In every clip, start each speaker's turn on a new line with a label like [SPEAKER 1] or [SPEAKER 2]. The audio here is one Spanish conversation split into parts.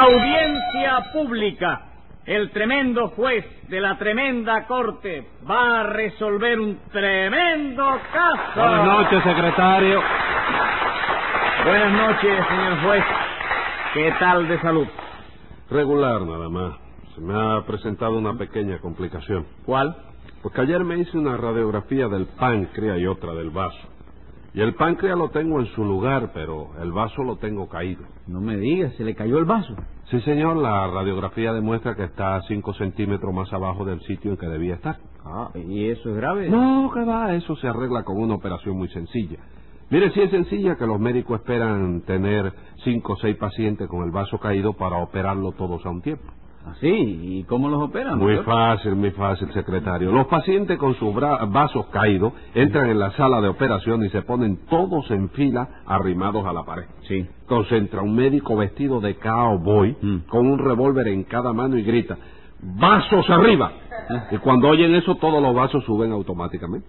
[SPEAKER 1] Audiencia pública. El tremendo juez de la tremenda corte va a resolver un tremendo caso.
[SPEAKER 2] Ah.
[SPEAKER 3] Buenas noches, secretario.
[SPEAKER 1] Buenas noches, señor juez. ¿Qué tal de salud?
[SPEAKER 3] Regular, nada más. Se me ha presentado una pequeña complicación.
[SPEAKER 1] ¿Cuál?
[SPEAKER 3] Porque ayer me hice una radiografía del páncreas y otra del vaso. Y el páncreas lo tengo en su lugar, pero el vaso lo tengo caído.
[SPEAKER 2] No me digas, se le cayó el vaso.
[SPEAKER 3] Sí, señor, la radiografía demuestra que está a 5 centímetros más abajo del sitio en que debía estar.
[SPEAKER 2] Ah, ¿y eso es grave?
[SPEAKER 3] No, que va, eso se arregla con una operación muy sencilla. Mire, si es sencilla que los médicos esperan tener cinco o seis pacientes con el vaso caído para operarlo todos a un tiempo.
[SPEAKER 2] ¿Ah, sí? ¿Y cómo los operan?
[SPEAKER 3] Muy
[SPEAKER 2] doctor?
[SPEAKER 3] fácil, muy fácil, secretario. Los pacientes con sus bra- vasos caídos entran en la sala de operación y se ponen todos en fila arrimados a la pared.
[SPEAKER 2] Sí.
[SPEAKER 3] Concentra un médico vestido de cowboy
[SPEAKER 2] Mm.
[SPEAKER 3] con un revólver en cada mano y grita, ¡Vasos arriba! Y cuando oyen eso, todos los vasos suben automáticamente.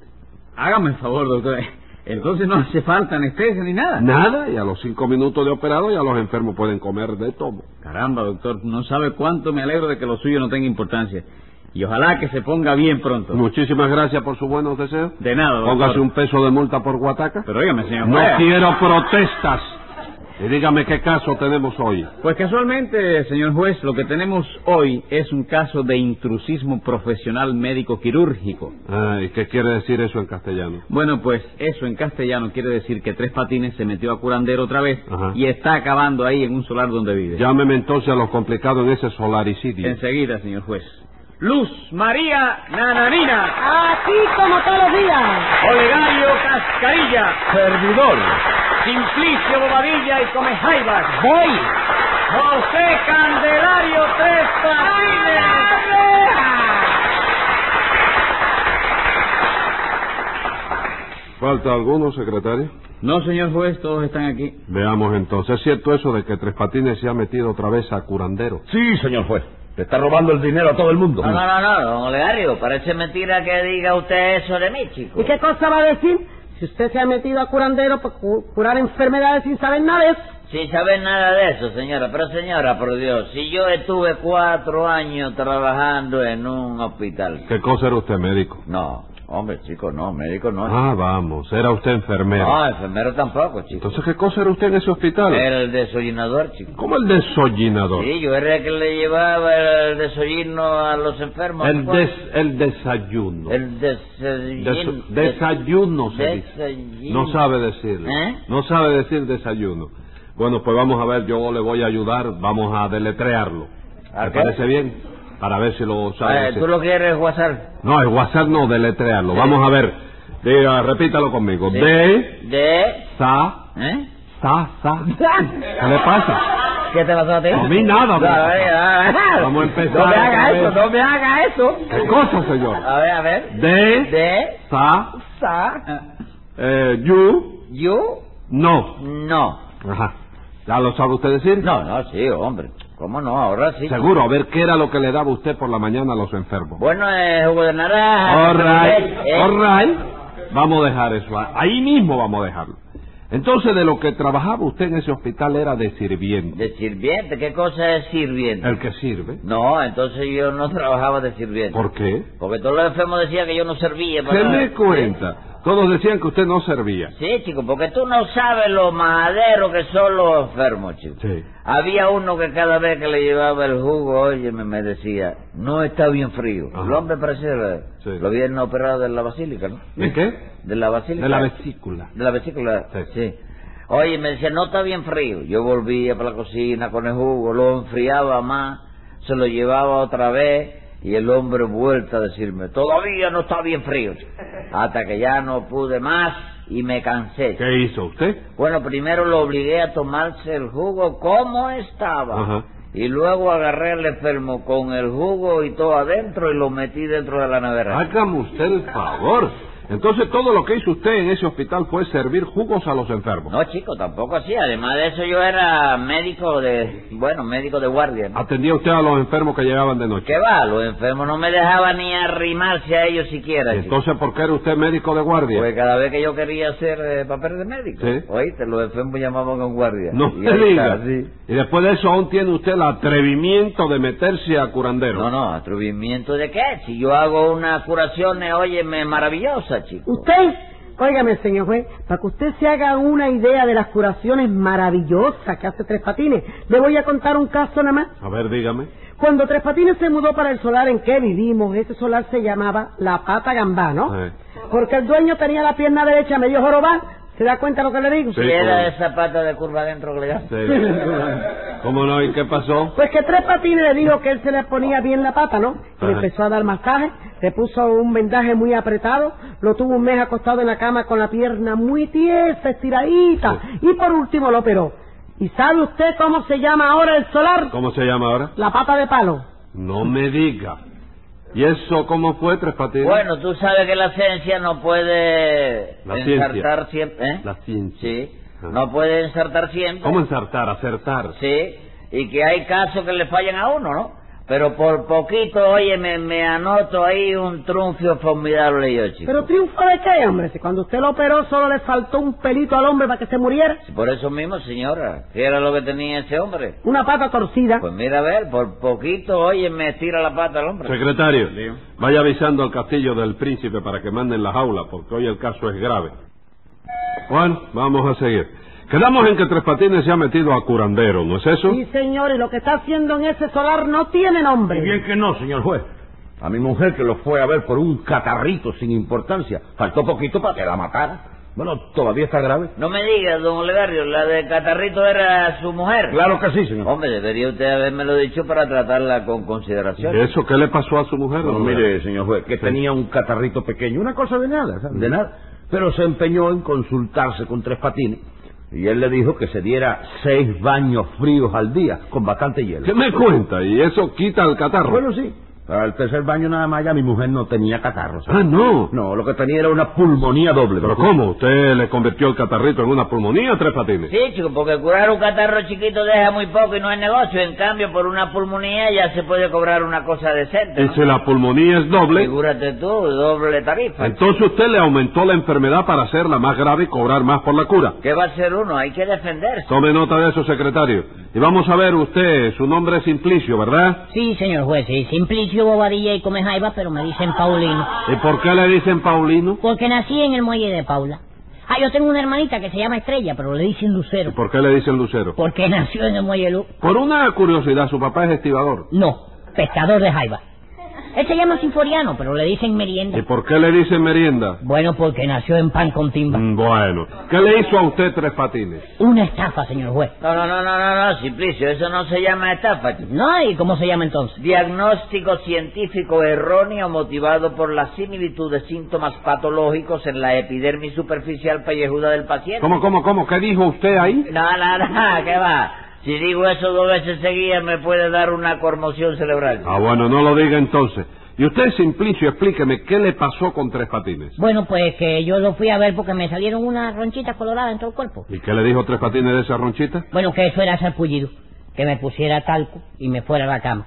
[SPEAKER 2] Hágame el favor, doctor. Entonces no hace falta anestesia ni nada.
[SPEAKER 3] Nada, y a los cinco minutos de operado ya los enfermos pueden comer de todo.
[SPEAKER 2] Caramba, doctor, no sabe cuánto me alegro de que lo suyo no tenga importancia. Y ojalá que se ponga bien pronto.
[SPEAKER 3] Muchísimas gracias por sus buenos deseos.
[SPEAKER 2] De nada, doctor.
[SPEAKER 3] Póngase un peso de multa por Guataca.
[SPEAKER 2] Pero óigame, señor
[SPEAKER 3] No
[SPEAKER 2] juez.
[SPEAKER 3] quiero protestas. Y dígame qué caso tenemos hoy.
[SPEAKER 2] Pues casualmente, señor juez, lo que tenemos hoy es un caso de intrusismo profesional médico quirúrgico.
[SPEAKER 3] Ay, Ah, ¿qué quiere decir eso en castellano?
[SPEAKER 2] Bueno, pues eso en castellano quiere decir que Tres Patines se metió a curandero otra vez
[SPEAKER 3] Ajá.
[SPEAKER 2] y está acabando ahí en un solar donde vive.
[SPEAKER 3] Llámeme entonces a lo complicado en ese solaricidio.
[SPEAKER 2] Enseguida, señor juez.
[SPEAKER 1] Luz María Nananina.
[SPEAKER 4] Así como todos los días.
[SPEAKER 1] Olegario Cascarilla. Servidor. Simplicio Bobadilla y Comejaibas. Voy. José Candelario Tres Patines.
[SPEAKER 3] ¿Falta alguno, secretario?
[SPEAKER 2] No, señor juez, todos están aquí.
[SPEAKER 3] Veamos entonces. ¿Es cierto eso de que Tres Patines se ha metido otra vez a curandero? Ah,
[SPEAKER 5] Sí, señor juez. Le está robando el dinero a todo el mundo.
[SPEAKER 6] No, no, no, no, don Olegario, parece mentira que diga usted eso de mí, chico.
[SPEAKER 4] ¿Y qué cosa va a decir? Si usted se ha metido a curandero para cu- curar enfermedades sin saber nada de eso.
[SPEAKER 6] Sin saber nada de eso, señora, pero señora, por Dios, si yo estuve cuatro años trabajando en un hospital.
[SPEAKER 3] ¿Qué cosa era usted, médico?
[SPEAKER 6] No, hombre, chico, no, médico no.
[SPEAKER 3] Ah, vamos, era usted enfermero.
[SPEAKER 5] Ah.
[SPEAKER 6] No, enfermero tampoco, chico.
[SPEAKER 3] Entonces, ¿qué cosa era usted en ese hospital?
[SPEAKER 6] Era el desollinador, chico.
[SPEAKER 3] ¿Cómo el desollinador?
[SPEAKER 6] Sí, yo era el que le llevaba el desollino a los enfermos.
[SPEAKER 3] El,
[SPEAKER 6] ¿no?
[SPEAKER 3] des, el desayuno.
[SPEAKER 6] El desollino.
[SPEAKER 3] Desu- desayuno se dice.
[SPEAKER 6] Desayuno.
[SPEAKER 3] No sabe decirlo.
[SPEAKER 6] ¿Eh?
[SPEAKER 3] No sabe decir desayuno. Bueno, pues vamos a ver, yo le voy a ayudar, vamos a deletrearlo.
[SPEAKER 6] ¿A
[SPEAKER 3] ¿Te
[SPEAKER 6] qué?
[SPEAKER 3] parece bien? Para ver si lo sabe.
[SPEAKER 6] Eh,
[SPEAKER 3] decir.
[SPEAKER 6] ¿Tú lo quieres guasar?
[SPEAKER 3] No, el WhatsApp no, deletrearlo. Vamos a ver. Diga, repítalo conmigo.
[SPEAKER 6] Sí.
[SPEAKER 3] De,
[SPEAKER 6] ¿De?
[SPEAKER 3] sa,
[SPEAKER 6] ¿Eh?
[SPEAKER 3] sa, sa. ¿Qué le pasa?
[SPEAKER 6] ¿Qué te pasó a ti?
[SPEAKER 3] A mí nada, hombre. Vamos a empezar
[SPEAKER 6] No me
[SPEAKER 3] otra
[SPEAKER 6] haga
[SPEAKER 3] vez.
[SPEAKER 6] eso, no me haga eso.
[SPEAKER 3] ¿Qué cosa, señor?
[SPEAKER 6] A ver, a ver.
[SPEAKER 3] De,
[SPEAKER 6] De,
[SPEAKER 3] sa,
[SPEAKER 6] sa,
[SPEAKER 3] eh, you,
[SPEAKER 6] yo,
[SPEAKER 3] no.
[SPEAKER 6] no.
[SPEAKER 3] Ajá. ¿Ya lo sabe usted decir?
[SPEAKER 6] No, no, sí, hombre. ¿Cómo no? Ahora sí.
[SPEAKER 3] Seguro, a ver qué era lo que le daba usted por la mañana a los enfermos.
[SPEAKER 6] Bueno, eh, jugo de naranja.
[SPEAKER 3] All right,
[SPEAKER 6] eh,
[SPEAKER 3] all right. Vamos a dejar eso. Ahí mismo vamos a dejarlo. Entonces, de lo que trabajaba usted en ese hospital era de sirviente.
[SPEAKER 6] De sirviente, ¿qué cosa es sirviente?
[SPEAKER 3] El que sirve.
[SPEAKER 6] No, entonces yo no trabajaba de sirviente.
[SPEAKER 3] ¿Por qué?
[SPEAKER 6] Porque todos los enfermos decían que yo no servía para...
[SPEAKER 3] Se me cuenta. Todos decían que usted no servía.
[SPEAKER 6] Sí, Eh, chico, porque tú no sabes lo majaderos que son los enfermos, chico.
[SPEAKER 3] Sí.
[SPEAKER 6] Había uno que cada vez que le llevaba el jugo, oye, me decía, no está bien frío.
[SPEAKER 3] Ajá.
[SPEAKER 6] El hombre parecía,
[SPEAKER 3] Sí.
[SPEAKER 6] lo habían operado de la basílica, ¿no?
[SPEAKER 3] ¿De qué?
[SPEAKER 6] De la basílica.
[SPEAKER 3] De la vesícula.
[SPEAKER 6] De la vesícula,
[SPEAKER 3] Sí.
[SPEAKER 6] sí. Oye, me decía, no está bien frío. Yo volvía para la cocina con el jugo, lo enfriaba más, se lo llevaba otra vez y el hombre vuelta a decirme, todavía no está bien frío. Hasta que ya no pude más y me cansé.
[SPEAKER 3] ¿Qué hizo usted?
[SPEAKER 6] Bueno, primero lo obligué a tomarse el jugo como estaba.
[SPEAKER 3] Ajá.
[SPEAKER 6] Y luego agarré al enfermo
[SPEAKER 3] Ah,
[SPEAKER 6] con el jugo y todo adentro y lo metí dentro de la nevera.
[SPEAKER 3] Hágame usted el favor. Entonces todo lo que hizo usted en ese hospital fue servir jugos a los enfermos.
[SPEAKER 6] No, chico, tampoco así. Además de eso, yo era médico de. Bueno, médico de guardia. ¿no?
[SPEAKER 3] Atendía usted a los enfermos que llegaban de noche.
[SPEAKER 6] ¿Qué va? Los enfermos no me dejaban ni arrimarse a ellos siquiera.
[SPEAKER 3] ¿Y
[SPEAKER 6] chico.
[SPEAKER 3] entonces por qué era usted médico de guardia?
[SPEAKER 6] Pues cada vez que yo quería hacer eh, papel de médico,
[SPEAKER 3] Sí.
[SPEAKER 6] oíste, los enfermos llamaban con guardia.
[SPEAKER 3] no
[SPEAKER 6] Y
[SPEAKER 3] me
[SPEAKER 6] ahí
[SPEAKER 3] diga.
[SPEAKER 6] está, sí.
[SPEAKER 3] Y después de eso aún tiene usted el atrevimiento de meterse a curandero.
[SPEAKER 6] No, no, atrevimiento de qué? Si yo hago unas curaciones, óyeme, maravillosa, chico.
[SPEAKER 3] Uh,
[SPEAKER 4] Usted, óigame, señor juez, para que usted se haga una idea de las curaciones maravillosas que hace Tres Patines, le voy a contar un caso nada más.
[SPEAKER 3] A ver, dígame.
[SPEAKER 4] Cuando Tres Patines se mudó para el solar en que vivimos, ese solar se llamaba La Pata Gambá, ¿no?
[SPEAKER 3] Sí.
[SPEAKER 4] Porque el dueño tenía la pierna derecha medio jorobada. ¿Se da cuenta lo que le digo?
[SPEAKER 3] Sí,
[SPEAKER 6] Y
[SPEAKER 3] cómo no.
[SPEAKER 6] era esa pata de curva adentro que le dan.
[SPEAKER 3] Sí. ¿Cómo no? ¿Y qué pasó?
[SPEAKER 4] Pues que Tres Patines le dijo que él se le ponía bien la pata, ¿no? Y le
[SPEAKER 3] Ajá.
[SPEAKER 4] empezó a dar masaje, le puso un vendaje muy apretado, lo tuvo un mes acostado en la cama con la pierna muy tiesa, estiradita, y por último lo operó. ¿Y sabe usted cómo se llama ahora el solar?
[SPEAKER 3] ¿Cómo se llama ahora?
[SPEAKER 4] La pata de palo.
[SPEAKER 3] No me diga. ¿Y eso cómo fue, Tres Patines?
[SPEAKER 6] Bueno, tú sabes que la ciencia no puede
[SPEAKER 3] La
[SPEAKER 6] ensartar siempre. ¿eh?
[SPEAKER 3] La ciencia.
[SPEAKER 6] Sí,
[SPEAKER 3] Ah.
[SPEAKER 6] no puede ensartar siempre.
[SPEAKER 3] ¿Cómo ensartar, acertar?
[SPEAKER 6] Sí, y que hay casos que le fallan a uno, ¿no? Pero por poquito, oye, me, me anoto ahí un triunfo formidable yo, chico.
[SPEAKER 4] ¿Pero triunfo de qué, hombre? Si cuando usted lo operó solo le faltó un pelito al hombre para que se muriera,
[SPEAKER 6] Por eso mismo, señora, ¿qué era lo que tenía ese hombre?
[SPEAKER 4] una pata torcida.
[SPEAKER 6] Pues mira, a ver, por poquito, oye, me estira la pata al hombre.
[SPEAKER 3] Secretario, vaya avisando al castillo del príncipe para que manden la jaula, porque hoy el caso es grave. Bueno, vamos a seguir. Quedamos en que Tres Patines se ha metido a curandero, ¿no es eso?
[SPEAKER 4] Sí, señores, lo que está haciendo en ese solar no tiene nombre.
[SPEAKER 5] Y bien que no, señor juez. A mi mujer que lo fue a ver por un catarrito sin importancia. Faltó poquito para que la matara. Bueno, todavía está grave.
[SPEAKER 6] No me digas, don Olegario, la de Catarrito era su mujer.
[SPEAKER 5] Claro que sí, señor.
[SPEAKER 6] Hombre, debería usted habérmelo dicho para tratarla con consideración.
[SPEAKER 3] ¿Y eso qué le pasó a su mujer?
[SPEAKER 5] Bueno,
[SPEAKER 3] don
[SPEAKER 5] mire, señor juez, que tenía un catarrito pequeño, una cosa de nada, ¿sabe? de nada. Pero se empeñó en consultarse con tres patines y él le dijo que se diera seis baños fríos al día con bastante hielo.
[SPEAKER 3] ¿Qué me cuenta? ¿Y eso quita el catarro?
[SPEAKER 5] Bueno, sí. Para el tercer baño nada más ya mi mujer no tenía catarro. ¿sabe?
[SPEAKER 3] ah, no.
[SPEAKER 5] No, lo que tenía era una pulmonía doble.
[SPEAKER 3] ¿Pero cómo? ¿Usted le convirtió el catarrito en una pulmonía, Tres Patines?
[SPEAKER 6] Sí, chico, porque curar un catarro chiquito deja muy poco y no es negocio. En cambio, por una pulmonía ya se puede cobrar una cosa decente.
[SPEAKER 3] Y
[SPEAKER 6] ¿no?
[SPEAKER 3] si la pulmonía es doble,
[SPEAKER 6] Figúrate tú, doble tarifa.
[SPEAKER 3] entonces usted le aumentó la enfermedad para hacerla más grave y cobrar más por la cura.
[SPEAKER 6] ¿Qué va a hacer uno? Hay que defenderse.
[SPEAKER 3] Tome nota de eso, secretario. Y vamos a ver usted, su nombre es Simplicio, ¿verdad?
[SPEAKER 7] Sí, señor juez, sí. Simplicio Bobadilla y come jaiba, pero me dicen Paulino.
[SPEAKER 3] ¿Y por qué le dicen Paulino?
[SPEAKER 7] Porque nací en el muelle de Paula. Ah, yo tengo una hermanita que se llama Estrella, pero le dicen
[SPEAKER 3] ¿Y
[SPEAKER 7] Lucero.
[SPEAKER 3] por qué le dicen Lucero?
[SPEAKER 7] Porque nació en el muelle Lu...
[SPEAKER 3] Por una curiosidad, su papá es estibador.
[SPEAKER 7] No, pescador de jaiba. Él se llama Sinforiano, pero le dicen
[SPEAKER 3] ¿Y
[SPEAKER 7] Merienda.
[SPEAKER 3] por qué le dicen merienda?
[SPEAKER 7] Bueno, porque nació en pan con timba.
[SPEAKER 3] Mm, Bueno, ¿qué le hizo a usted Tres Patines?
[SPEAKER 7] Una estafa, señor juez.
[SPEAKER 6] No, no, no, no, no, no, Simplicio, eso no se llama estafa, chico.
[SPEAKER 7] No, ¿y cómo se llama entonces?
[SPEAKER 6] Diagnóstico científico erróneo motivado por la similitud de síntomas patológicos en la epidermis superficial pellejuda del paciente.
[SPEAKER 3] ¿Cómo, cómo, cómo? ¿Qué dijo usted ahí?
[SPEAKER 6] No, no, no, ¿qué va? Si digo eso dos veces seguidas me puede dar una conmoción cerebral.
[SPEAKER 3] Ah, bueno, no lo diga entonces. Y usted, Simplicio, explíqueme, ¿qué le pasó con Tres Patines?
[SPEAKER 7] Bueno, pues que yo lo fui a ver porque me salieron unas ronchitas coloradas en todo el cuerpo.
[SPEAKER 3] ¿Y qué le dijo Tres Patines de esa ronchita?
[SPEAKER 7] Bueno, que eso era ser pullido, que me pusiera talco y me fuera a la cama.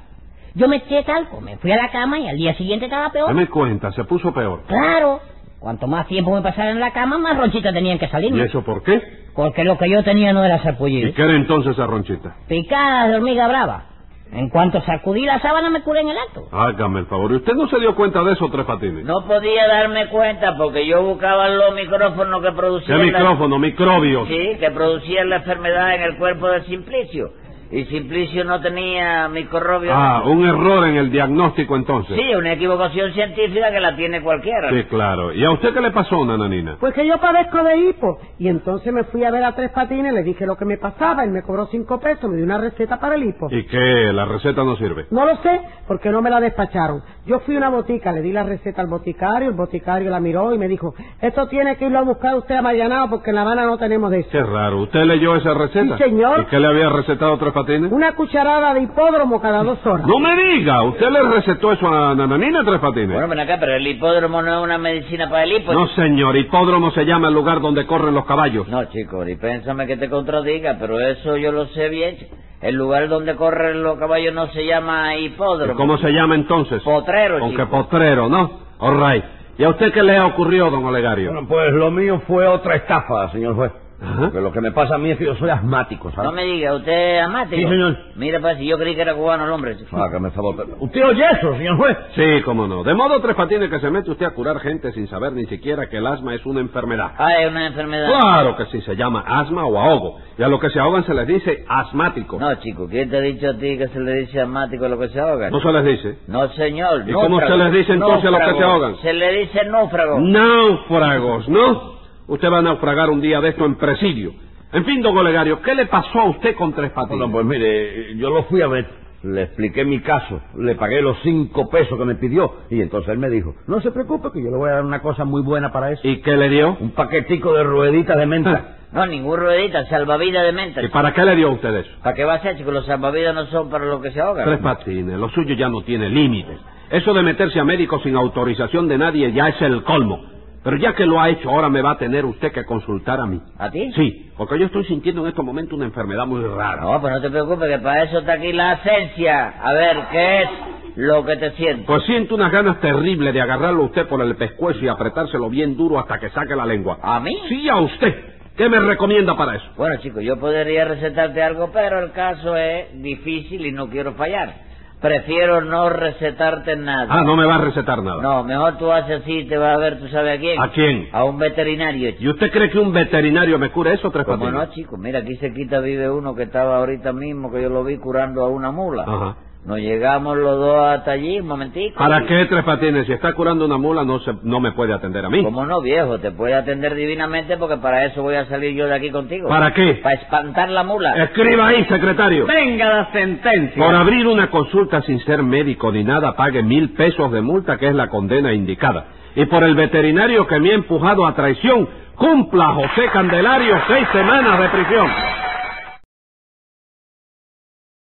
[SPEAKER 7] Yo me eché talco, me fui a la cama y al día siguiente estaba peor.
[SPEAKER 3] Dame cuenta, se puso peor.
[SPEAKER 7] Claro, cuanto más tiempo me pasara en la cama, más ronchitas tenían que
[SPEAKER 3] ¿Y
[SPEAKER 7] salirme.
[SPEAKER 3] eso por qué?
[SPEAKER 7] Porque lo que yo tenía no era ser
[SPEAKER 3] ¿Y
[SPEAKER 7] pullido.
[SPEAKER 3] qué era entonces esa ronchita?
[SPEAKER 7] Picada de hormiga brava. En cuanto sacudí la sábana me curé en el acto.
[SPEAKER 3] Hágame el favor. ¿Y usted no se dio cuenta de eso, Tres Patines?
[SPEAKER 6] No podía darme cuenta porque yo buscaba los micrófonos que
[SPEAKER 3] ¿Qué
[SPEAKER 6] producían la...
[SPEAKER 3] micrófono? Microbios.
[SPEAKER 6] Sí, que producían la enfermedad en el cuerpo de Simplicio. Y Simplicio no tenía microbio.
[SPEAKER 3] Ah, un error en el diagnóstico entonces.
[SPEAKER 6] Sí, una equivocación científica que la tiene cualquiera.
[SPEAKER 3] Sí, claro. ¿Y a usted qué le pasó, nananina?
[SPEAKER 4] Pues que yo padezco de hipo. Y entonces me fui a ver a Tres Patines, le dije lo que me pasaba, él me cobró cinco pesos, me dio una receta para el hipo.
[SPEAKER 3] ¿Y qué? ¿La receta no sirve?
[SPEAKER 4] No lo sé, porque no me la despacharon. Yo fui a una botica, le di la receta al boticario, el boticario la miró y me dijo, esto tiene que irlo a buscar usted a Mayanao porque en La Habana no tenemos de eso.
[SPEAKER 3] Qué raro. ¿Usted leyó esa receta?
[SPEAKER 4] Sí, señor.
[SPEAKER 3] ¿Y qué le había recetado Tres Patines?
[SPEAKER 4] Una cucharada de hipódromo cada dos horas.
[SPEAKER 3] No me diga, usted le recetó eso a Nananina Tres Patines.
[SPEAKER 6] Bueno, ven acá, pero el hipódromo no es una medicina para el hipo.
[SPEAKER 3] no, señor, hipódromo se llama el lugar donde corren los caballos.
[SPEAKER 6] No, chico, dispénsame que te contradiga, pero eso yo lo sé bien. El lugar donde corren los caballos no se llama hipódromo.
[SPEAKER 3] ¿Cómo se llama entonces?
[SPEAKER 6] Potrero,
[SPEAKER 3] Aunque
[SPEAKER 6] chico.
[SPEAKER 3] potrero, ¿no? All right. ¿Y a usted qué le ocurrió, don Olegario?
[SPEAKER 5] Bueno, pues lo mío fue otra estafa, señor juez.
[SPEAKER 3] Ajá.
[SPEAKER 5] Porque lo que me pasa a mí es que yo soy asmático, ¿sabes?
[SPEAKER 6] No me diga, ¿usted es amático?
[SPEAKER 5] Sí, señor.
[SPEAKER 6] Mira, pues, si yo creí que era cubano el hombre.
[SPEAKER 5] Hágame el favor. ¿Usted oye eso, señor juez?
[SPEAKER 3] Sí, cómo no. De modo, Tres Patines, que se mete usted a curar gente sin saber ni siquiera que el asma es una enfermedad.
[SPEAKER 6] Ah, es una enfermedad.
[SPEAKER 3] Claro que sí, se llama asma o ahogo. Y a los que se ahogan se les dice asmático.
[SPEAKER 6] No, chico, ¿quién te ha dicho a ti que se le dice asmático a lo que se ahoga?
[SPEAKER 3] ¿No se les dice?
[SPEAKER 6] No, señor.
[SPEAKER 3] ¿Y cómo se les dice entonces a los que se
[SPEAKER 6] Náufrago.
[SPEAKER 3] ahogan? Mm.
[SPEAKER 6] Se le dice náufrago.
[SPEAKER 3] Náufragos, ¿no? Usted va a naufragar un día de esto en presidio. En fin, don Olegario, ¿qué le pasó a usted con Tres Patines?
[SPEAKER 5] Bueno, pues mire, yo lo fui a ver, le expliqué mi caso, le pagué los cinco pesos que me pidió y entonces él me dijo, no se preocupe que yo le voy a dar una cosa muy buena para eso.
[SPEAKER 3] ¿Y qué le dio?
[SPEAKER 5] Un paquetico de rueditas de
[SPEAKER 3] Ah.
[SPEAKER 5] menta.
[SPEAKER 6] No, ningún ruedita, salvavidas de menta.
[SPEAKER 3] ¿Y para qué le dio a usted eso?
[SPEAKER 6] ¿Para qué va a ser, chico? Los salvavidas no son para los que se ahogan.
[SPEAKER 3] Tres patines, lo suyo ya no tiene límites. Eso de meterse a médico sin autorización de nadie ya es el colmo. Pero ya que lo ha hecho, ahora me va a tener usted que consultar a mí.
[SPEAKER 6] ¿A ti?
[SPEAKER 3] Sí, porque yo estoy sintiendo en estos momentos una enfermedad muy rara.
[SPEAKER 6] No, pues no te preocupes, que para eso está aquí la esencia. A ver, ¿qué es lo que te siento?
[SPEAKER 3] Pues siento unas ganas terribles de agarrarlo a usted por el pescuezo y apretárselo bien duro hasta que saque la lengua.
[SPEAKER 6] ¿A mí?
[SPEAKER 3] Sí, a usted. ¿Qué me recomienda para eso?
[SPEAKER 6] Bueno, chico, yo podría recetarte algo, pero el caso es difícil y no quiero fallar. Prefiero no recetarte nada.
[SPEAKER 3] Ah, no me va a recetar nada.
[SPEAKER 6] No, mejor tú haces así y te vas a ver, tú sabes a quién.
[SPEAKER 3] ¿A quién?
[SPEAKER 6] A un veterinario, chico.
[SPEAKER 3] ¿Y usted cree que un veterinario me cura eso, Tres
[SPEAKER 6] Como
[SPEAKER 3] Patines?
[SPEAKER 6] no, chico, mira, aquí cerquita vive uno que estaba ahorita mismo, que yo lo vi curando a una mula.
[SPEAKER 3] Ajá.
[SPEAKER 6] Nos llegamos los dos hasta allí, un momentico.
[SPEAKER 3] ¿Para qué, Tres Patines? Si está curando una mula, no, se, no me puede atender a mí.
[SPEAKER 6] Como no, viejo, te puede atender divinamente porque para eso voy a salir yo de aquí contigo.
[SPEAKER 3] ¿Para qué?
[SPEAKER 6] Para espantar la mula.
[SPEAKER 3] Escriba ahí, secretario.
[SPEAKER 1] Venga la sentencia.
[SPEAKER 3] Por abrir una consulta sin ser médico ni nada, pague mil pesos de multa, que es la condena indicada. Y por el veterinario que me ha empujado a traición, cumpla José Candelario seis semanas de prisión.